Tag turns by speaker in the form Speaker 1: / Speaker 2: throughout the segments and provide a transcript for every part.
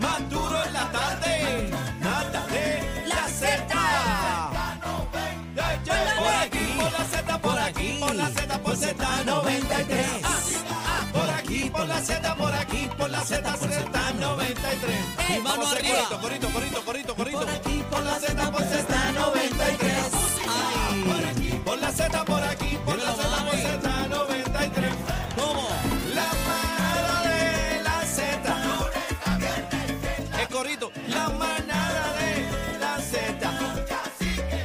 Speaker 1: Más duro en la tarde, nata de la Z. Por aquí, por la Z, por aquí, por la Z, por Z93. Ah, Por aquí, por la Z, por aquí, por la Z, por Z93. Y mano arriba. Corito, corito, corito, corito. Por aquí, por la Z, por Z93. Por aquí, por la Z, por aquí, por la Z, por Z93. ¿Cómo? La manada de la Z. El corrito, la manada de la Z.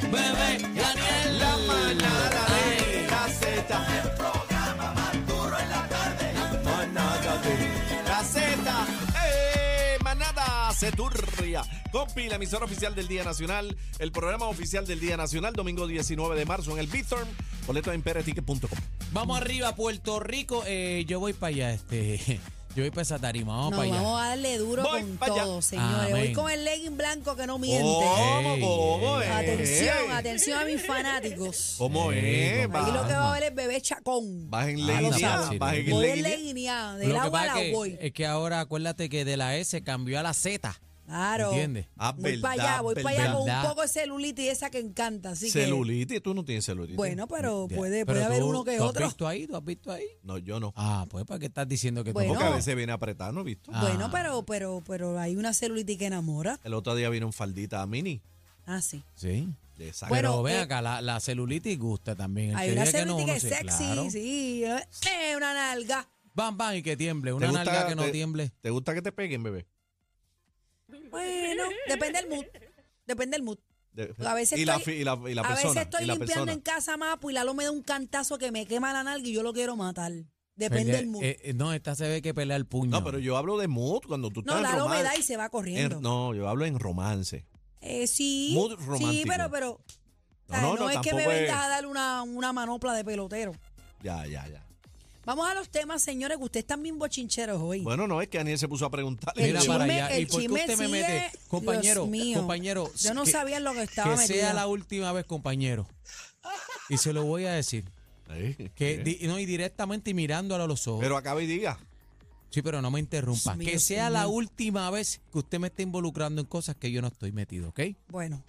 Speaker 1: Bebé, Daniel, la manada de la Z. El programa más duro en la tarde. Manada de la Z. ¡Eh! Manada Ceturria. Compi, la emisora oficial del Día Nacional. El programa oficial del Día Nacional, domingo 19 de marzo en el Bithorn. Boleto en pereticket.com.
Speaker 2: Vamos arriba, Puerto Rico. Eh, yo voy para allá, este. Yo voy para esa tarima. Vamos
Speaker 3: No,
Speaker 2: para allá.
Speaker 3: vamos a darle duro
Speaker 1: Voy
Speaker 3: con
Speaker 1: pa' allá.
Speaker 3: todo, señores. Voy
Speaker 2: Amén. Oh,
Speaker 3: con el legging blanco que no miente.
Speaker 1: ¿Cómo, cómo es?
Speaker 3: Atención, atención a mis fanáticos.
Speaker 2: Oh,
Speaker 1: ¿Cómo es?
Speaker 3: Aquí lo que va a
Speaker 2: Alma.
Speaker 3: haber es bebé chacón.
Speaker 1: Bajen
Speaker 2: Ah,
Speaker 1: ley,
Speaker 3: lo
Speaker 1: día,
Speaker 3: sabe.
Speaker 1: bajen
Speaker 3: Voy
Speaker 1: ley.
Speaker 3: en
Speaker 1: día.
Speaker 3: leguineada,
Speaker 2: Lo
Speaker 3: del
Speaker 2: que
Speaker 3: agua a
Speaker 2: pasa
Speaker 3: la
Speaker 2: es que- eh,
Speaker 3: voy.
Speaker 2: Es que ahora acuérdate que de la S cambió a la Z.
Speaker 3: Claro.
Speaker 2: ¿Entiendes?
Speaker 1: Ah,
Speaker 3: Voy para
Speaker 1: verdad,
Speaker 3: allá, voy para allá con un
Speaker 2: verdad.
Speaker 3: poco de celulitis esa que encanta. Así que,
Speaker 1: Celulitis, tú no tienes celulitis.
Speaker 3: bueno, pero puede,
Speaker 2: Pero
Speaker 3: puede haber
Speaker 2: tú-
Speaker 3: uno que
Speaker 2: ¿tú
Speaker 3: otro.
Speaker 2: ¿Has visto ahí? ¿Tú has visto ahí?
Speaker 1: No, yo no.
Speaker 2: Ah, pues ¿para qué estás diciendo que
Speaker 3: Bueno.
Speaker 2: tú?
Speaker 1: Porque a veces viene apretado, ¿no has visto?
Speaker 2: Ah.
Speaker 3: Bueno, pero, pero, pero hay una celulitis que enamora.
Speaker 1: El otro día vino en faldita a Mini.
Speaker 3: Ah, sí.
Speaker 2: Sí.
Speaker 1: De esa-
Speaker 3: Bueno,
Speaker 2: Pero ven
Speaker 3: eh,
Speaker 2: acá, la, la celulitis gusta también. El
Speaker 3: Hay
Speaker 2: que
Speaker 3: una
Speaker 2: diga que no,
Speaker 3: celulitis que es
Speaker 2: uno se-
Speaker 3: sexy,
Speaker 2: claro.
Speaker 3: sí. Eh, una nalga.
Speaker 2: Bam, bam, y que tiemble.
Speaker 1: ¿Te
Speaker 2: Una
Speaker 1: gusta-
Speaker 2: nalga que no
Speaker 1: te-
Speaker 2: tiemble.
Speaker 1: ¿Te gusta que te peguen, bebé?
Speaker 3: Bueno, depende del mood. Depende del mood.
Speaker 1: De-
Speaker 3: A veces
Speaker 1: y, la,
Speaker 3: estoy-
Speaker 1: fi- y la- y la
Speaker 3: a
Speaker 1: persona.
Speaker 3: veces estoy
Speaker 1: y la
Speaker 3: limpiando
Speaker 1: persona.
Speaker 3: en casa, mapo, y Lalo me da un cantazo que me quema la nalga y yo lo quiero matar. Depende
Speaker 2: Pelea-
Speaker 3: del mood.
Speaker 2: eh, eh, no, esta se ve que pelea el puño.
Speaker 1: No, pero yo hablo de mood cuando tú
Speaker 3: no,
Speaker 1: estás en
Speaker 3: Lalo me da
Speaker 1: romance.
Speaker 3: y se va
Speaker 1: En-
Speaker 3: corriendo.
Speaker 1: no, yo hablo en romance.
Speaker 3: Eh, sí,
Speaker 1: Mood
Speaker 3: sí,
Speaker 1: romántico.
Speaker 3: pero, pero.
Speaker 1: No,
Speaker 3: ¿sabes?
Speaker 1: no,
Speaker 3: No,
Speaker 1: no,
Speaker 3: es que me
Speaker 1: tampoco es-
Speaker 3: vengas a dar una, una manopla de pelotero.
Speaker 1: Ya, ya, ya.
Speaker 3: Vamos a los temas, señores, que ustedes están bien bochincheros hoy.
Speaker 1: Bueno, no, es que Daniel se puso a preguntar.
Speaker 3: El
Speaker 2: Mira
Speaker 3: chisme-
Speaker 2: para allá. ¿Y
Speaker 3: el
Speaker 2: por qué
Speaker 3: chisme
Speaker 2: usted me
Speaker 3: sigue-
Speaker 2: mete?
Speaker 3: Dios
Speaker 2: Compañero,
Speaker 3: mío.
Speaker 2: compañero.
Speaker 3: Yo no
Speaker 2: que-
Speaker 3: sabía en lo que estaba
Speaker 2: Que
Speaker 3: metida.
Speaker 2: sea la última vez, compañero. Y se lo voy a decir.
Speaker 1: Ahí,
Speaker 2: Que
Speaker 1: bien.
Speaker 2: di- no, y directamente y mirándolo a los ojos.
Speaker 1: eh, Pero acaba y diga.
Speaker 2: sí, pero no me interrumpa.
Speaker 3: Dios mío,
Speaker 2: que sea la
Speaker 3: señor.
Speaker 2: última vez que usted me esté involucrando en cosas que yo no estoy metido, ¿ok?
Speaker 3: Bueno,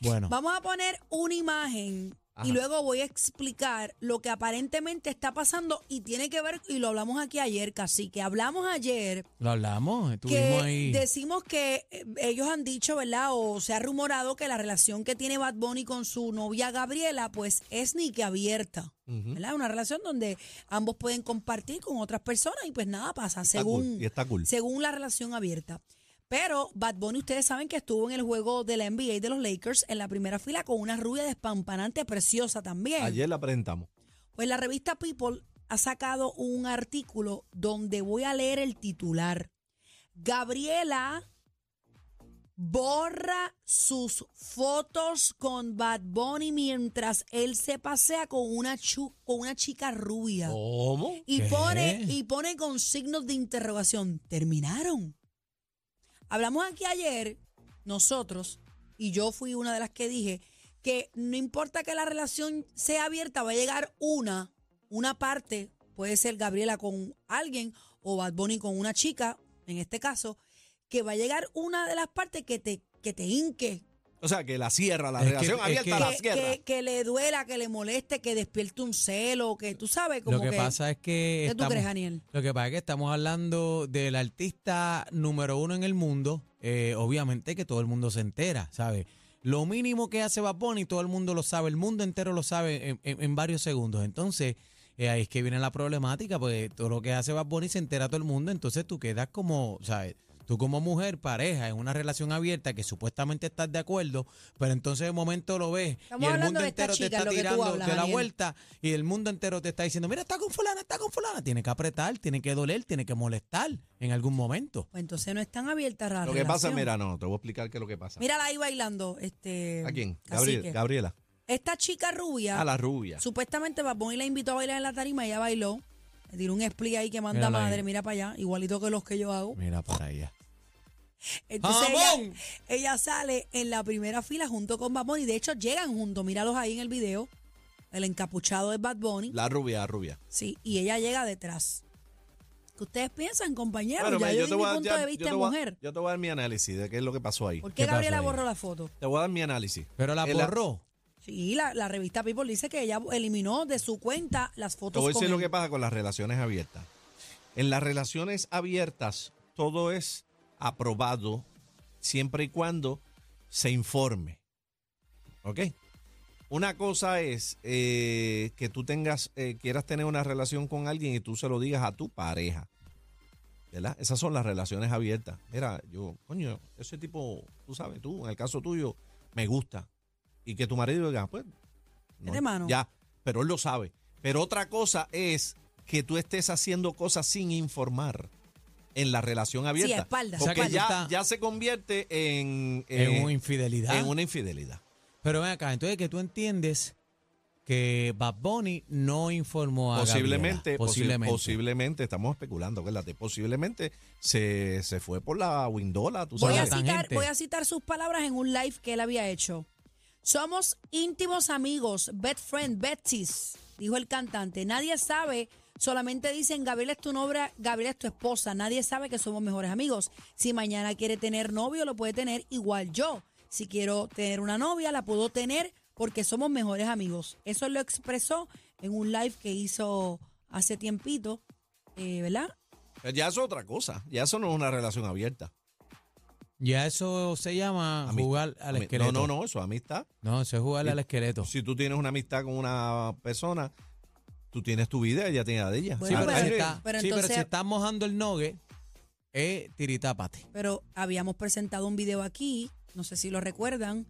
Speaker 2: Bueno.
Speaker 3: vamos a poner una imagen
Speaker 1: Ajá.
Speaker 3: y luego voy a explicar lo que aparentemente está pasando y tiene que ver, y lo hablamos aquí ayer, casi que hablamos ayer
Speaker 2: Lo hablamos,
Speaker 3: que
Speaker 2: estuvimos ahí.
Speaker 3: decimos que eh, ellos han dicho, ¿verdad? O se ha rumorado que la relación que tiene Bad Bunny con su novia Gabriela, pues es ni que abierta, ¿verdad? Una relación donde ambos pueden compartir con otras personas y pues nada pasa,
Speaker 1: Está
Speaker 3: según,
Speaker 1: cool, y está cool.
Speaker 3: según la relación abierta. Pero Bad Bunny, ustedes saben que estuvo en el juego de la NBA de los Lakers en la primera fila con una rubia despampanante preciosa también.
Speaker 1: Ayer la presentamos.
Speaker 3: Pues la revista People ha sacado un artículo donde voy a leer el titular. Gabriela borra sus fotos con Bad Bunny mientras él se pasea con una, chu- con una chica rubia.
Speaker 1: Oh.
Speaker 2: ¿Cómo?
Speaker 3: Y
Speaker 2: ¿Qué?
Speaker 3: pone, y pone con signos de interrogación. Terminaron. Hablamos aquí ayer, nosotros, y yo fui una de las que dije que no importa que la relación sea abierta, va a llegar una, una parte, puede ser Gabriela con alguien o Bad Bunny con una chica, en este caso, que va a llegar una de las partes que te, que te hinque,
Speaker 1: O sea, que la cierra, la
Speaker 2: Es que-
Speaker 1: relación
Speaker 2: es
Speaker 1: abierta
Speaker 2: que-
Speaker 1: a la
Speaker 3: que,
Speaker 1: cierra.
Speaker 3: que- que le duela, que le moleste, que despierte un celo, que tú sabes como
Speaker 2: Lo que, pasa es que.
Speaker 3: ¿Qué tú
Speaker 2: estamos-
Speaker 3: crees, Daniel?
Speaker 2: Lo que pasa es que estamos hablando del artista número uno en el mundo. eh, obviamente que todo el mundo se entera, ¿sabes? Lo mínimo que hace Bad Bunny, todo el mundo lo sabe, el mundo entero lo sabe en, en- en varios segundos. Entonces, eh, ahí es que viene la problemática, pues todo lo que hace Bad Bunny se entera todo el mundo, entonces tú quedas como, ¿sabes? Tú como mujer, pareja, en una relación abierta que supuestamente estás de acuerdo, pero entonces de momento lo ves
Speaker 3: Estamos
Speaker 2: y el
Speaker 3: hablando
Speaker 2: mundo
Speaker 3: de esta
Speaker 2: entero
Speaker 3: chica,
Speaker 2: te
Speaker 3: lo
Speaker 2: está
Speaker 3: que tú
Speaker 2: tirando
Speaker 3: hablas,
Speaker 2: de la
Speaker 3: Daniel.
Speaker 2: vuelta vuelta y el mundo entero te está diciendo, mira, está con fulana, está con fulana. Tiene que apretar, tiene que doler, tiene que molestar en algún momento.
Speaker 3: Pues entonces no están abiertas las
Speaker 1: Lo que pasa, mira, no, te voy a explicar qué es lo que pasa.
Speaker 3: Mírala ahí bailando. Este,
Speaker 1: ¿A quién?
Speaker 3: cacique.
Speaker 1: Gabriel- Gabriela.
Speaker 3: Esta chica rubia,
Speaker 1: A la rubia.
Speaker 3: supuestamente Bad Bunny la invitó a bailar en la tarima, ella bailó. Le tiró un split ahí que manda
Speaker 2: Mírala ahí.
Speaker 3: madre, mira para allá, igualito que los que yo hago.
Speaker 2: Mira para allá.
Speaker 3: Entonces ella,
Speaker 2: ¡Jamón!
Speaker 3: ella sale en la primera fila junto con Bad Bunny. De hecho, llegan juntos, míralos ahí en el video. El encapuchado es Bad Bunny.
Speaker 1: La rubia, la rubia.
Speaker 3: Sí, y ella llega detrás. ¿Qué ustedes piensan, compañeros?
Speaker 1: Bueno,
Speaker 3: ya
Speaker 1: mira,
Speaker 3: yo, di mi
Speaker 1: a-
Speaker 3: punto
Speaker 1: ya-
Speaker 3: de
Speaker 1: yo
Speaker 3: vista
Speaker 1: te
Speaker 3: de
Speaker 1: voy a-
Speaker 3: mujer.
Speaker 1: yo te voy a dar mi análisis de qué es lo que pasó ahí.
Speaker 3: ¿Por
Speaker 2: ¿Qué
Speaker 3: qué
Speaker 2: pasó
Speaker 3: Gabriela
Speaker 2: ahí?
Speaker 3: borró la foto?
Speaker 1: Te voy a dar mi análisis.
Speaker 2: Pero la
Speaker 1: En la-
Speaker 2: borró.
Speaker 3: Sí, la, la revista People dice que ella eliminó de su cuenta las
Speaker 1: Te
Speaker 3: fotos
Speaker 1: voy a
Speaker 3: con
Speaker 1: decir lo
Speaker 3: él.
Speaker 1: que pasa con las relaciones abiertas. En las relaciones abiertas, todo es aprobado siempre y cuando se informe. ¿Ok? Una cosa es eh, que tú tengas, eh, quieras tener una relación con alguien y tú se lo digas a tu pareja. ¿Verdad? Esas son las relaciones abiertas. Mira, yo, coño, ese tipo, tú sabes, tú, en el caso tuyo, me gusta. Y que tu marido diga, pues.
Speaker 3: Mete mano.
Speaker 1: Ya, pero él lo sabe. Pero otra cosa es que tú estés haciendo cosas sin informar en la relación abierta.
Speaker 3: espalda,
Speaker 1: Porque
Speaker 2: espalda.
Speaker 1: ya, ya se convierte en,
Speaker 2: en
Speaker 1: eh,
Speaker 2: una infidelidad.
Speaker 1: en una infidelidad.
Speaker 2: Pero ven acá, entonces que tú entiendes que Bad Bunny no informó a
Speaker 1: Posiblemente,
Speaker 2: Gabriela.
Speaker 1: posi-
Speaker 2: Posiblemente.
Speaker 1: posiblemente, estamos especulando, acuérdate, posiblemente se, se fue por la windola, tú
Speaker 3: Voy
Speaker 1: sabes.
Speaker 3: a,
Speaker 2: la
Speaker 3: citar,
Speaker 2: tangente.
Speaker 3: voy a citar sus palabras en un live que él había hecho. Somos íntimos amigos, best friend, besties, dijo el cantante. Nadie sabe, solamente dicen, Gabriela es tu novia, Gabriela es tu esposa. Nadie sabe que somos mejores amigos. Si mañana quiere tener novio, lo puede tener igual yo. Si quiero tener una novia, la puedo tener porque somos mejores amigos. Eso lo expresó en un live que hizo hace tiempito, eh, ¿verdad?
Speaker 1: Ya eso es otra cosa, ya eso no es una relación abierta.
Speaker 2: Ya eso se llama
Speaker 1: Amist-
Speaker 2: jugar al
Speaker 1: ami-
Speaker 2: esqueleto.
Speaker 1: No, no, no, eso es amistad.
Speaker 2: No, eso es jugar al
Speaker 1: Y-
Speaker 2: esqueleto.
Speaker 1: Si tú tienes una amistad con una persona, tú tienes tu vida, ella tiene la de ella. Ah, eh,
Speaker 3: Bueno,
Speaker 2: sí, pero,
Speaker 3: Pues, pero-
Speaker 2: si está,
Speaker 3: pero
Speaker 2: sí, pero
Speaker 3: entonces-
Speaker 2: si estás mojando el nogue, eh, tiritápate.
Speaker 3: pero habíamos presentado un video aquí, no sé si lo recuerdan,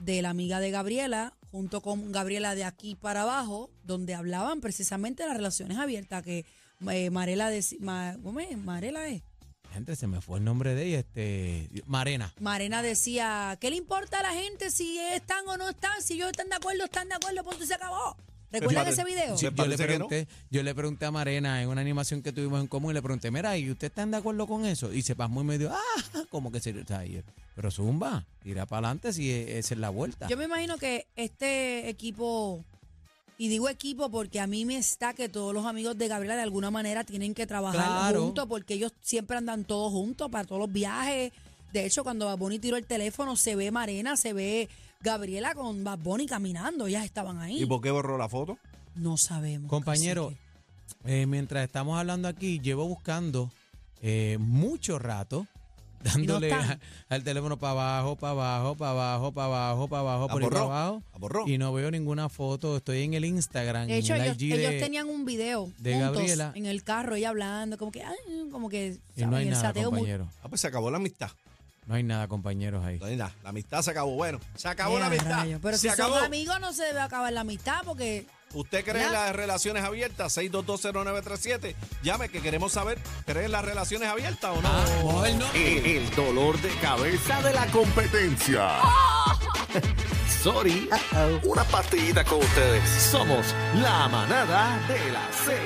Speaker 3: de la amiga de Gabriela, junto con Gabriela de aquí para abajo, donde hablaban precisamente de las relaciones abiertas, que eh, Marela, deci- Ma- ¿cómo es? Marela es.
Speaker 2: Gente, se me fue el nombre de ella, este. Marena.
Speaker 3: Marena decía, ¿qué le importa a la gente si están o no están? Si ellos están de acuerdo, están de acuerdo, punto y se acabó. ¿Recuerdan
Speaker 1: Mare-
Speaker 3: ese video?
Speaker 1: Sí.
Speaker 2: yo le,
Speaker 1: parece que no.
Speaker 2: pregunté, yo le pregunté a Marena en una animación que tuvimos en común y le pregunté, mira, ¿y ustedes están de acuerdo con eso? Y se pasmó y me dijo, ah, como que se... o sea, y yo, pero zumba, tira para adelante si e- esa es la vuelta.
Speaker 3: Yo me imagino que este equipo, y digo equipo porque a mí me está que todos los amigos de Gabriela de alguna manera tienen que trabajar
Speaker 2: Claro.
Speaker 3: juntos porque ellos siempre andan todos juntos para todos los viajes. De hecho, cuando Bad Bunny tiró el teléfono, se ve Marena, se ve Gabriela con Bad Bunny caminando. Ellas estaban ahí.
Speaker 1: ¿Y por qué borró la foto?
Speaker 3: No sabemos.
Speaker 2: Compañero,
Speaker 3: cacique.
Speaker 2: eh, mientras estamos hablando aquí, llevo buscando eh, mucho rato dándole
Speaker 3: están.
Speaker 2: a- al teléfono para abajo, para abajo, para abajo, para abajo, para abajo,
Speaker 1: La
Speaker 2: por ahí para
Speaker 1: borró,
Speaker 2: abajo.
Speaker 1: la borró.
Speaker 2: Y no veo ninguna foto, estoy en el Instagram.
Speaker 3: De hecho,
Speaker 2: en el
Speaker 3: ellos,
Speaker 2: IG
Speaker 3: ellos
Speaker 2: de-
Speaker 3: tenían un video
Speaker 2: de
Speaker 3: juntos
Speaker 2: Gabriela.
Speaker 3: en el carro, ella hablando, como que, ay, como que,
Speaker 2: Y no
Speaker 3: ¿saben?
Speaker 2: hay
Speaker 3: el
Speaker 2: nada,
Speaker 3: sateo muy-
Speaker 2: compañero.
Speaker 1: Ah, pues se acabó la amistad.
Speaker 2: No hay nada, compañeros, ahí.
Speaker 1: No hay nada, La amistad se acabó. Bueno, se acabó la
Speaker 3: Mira,
Speaker 1: amistad.
Speaker 3: rayos, Pero
Speaker 1: se
Speaker 3: si
Speaker 1: acabó.
Speaker 3: son amigos no se debe acabar la amistad porque
Speaker 1: ¿Usted cree en
Speaker 3: ¿Verdad?
Speaker 1: las relaciones abiertas? 6220937. Llame que queremos saber, ¿cree en las relaciones abiertas o no?
Speaker 4: El, el dolor de cabeza de la competencia. Sorry. Una partidita con ustedes. Somos la manada de la Z.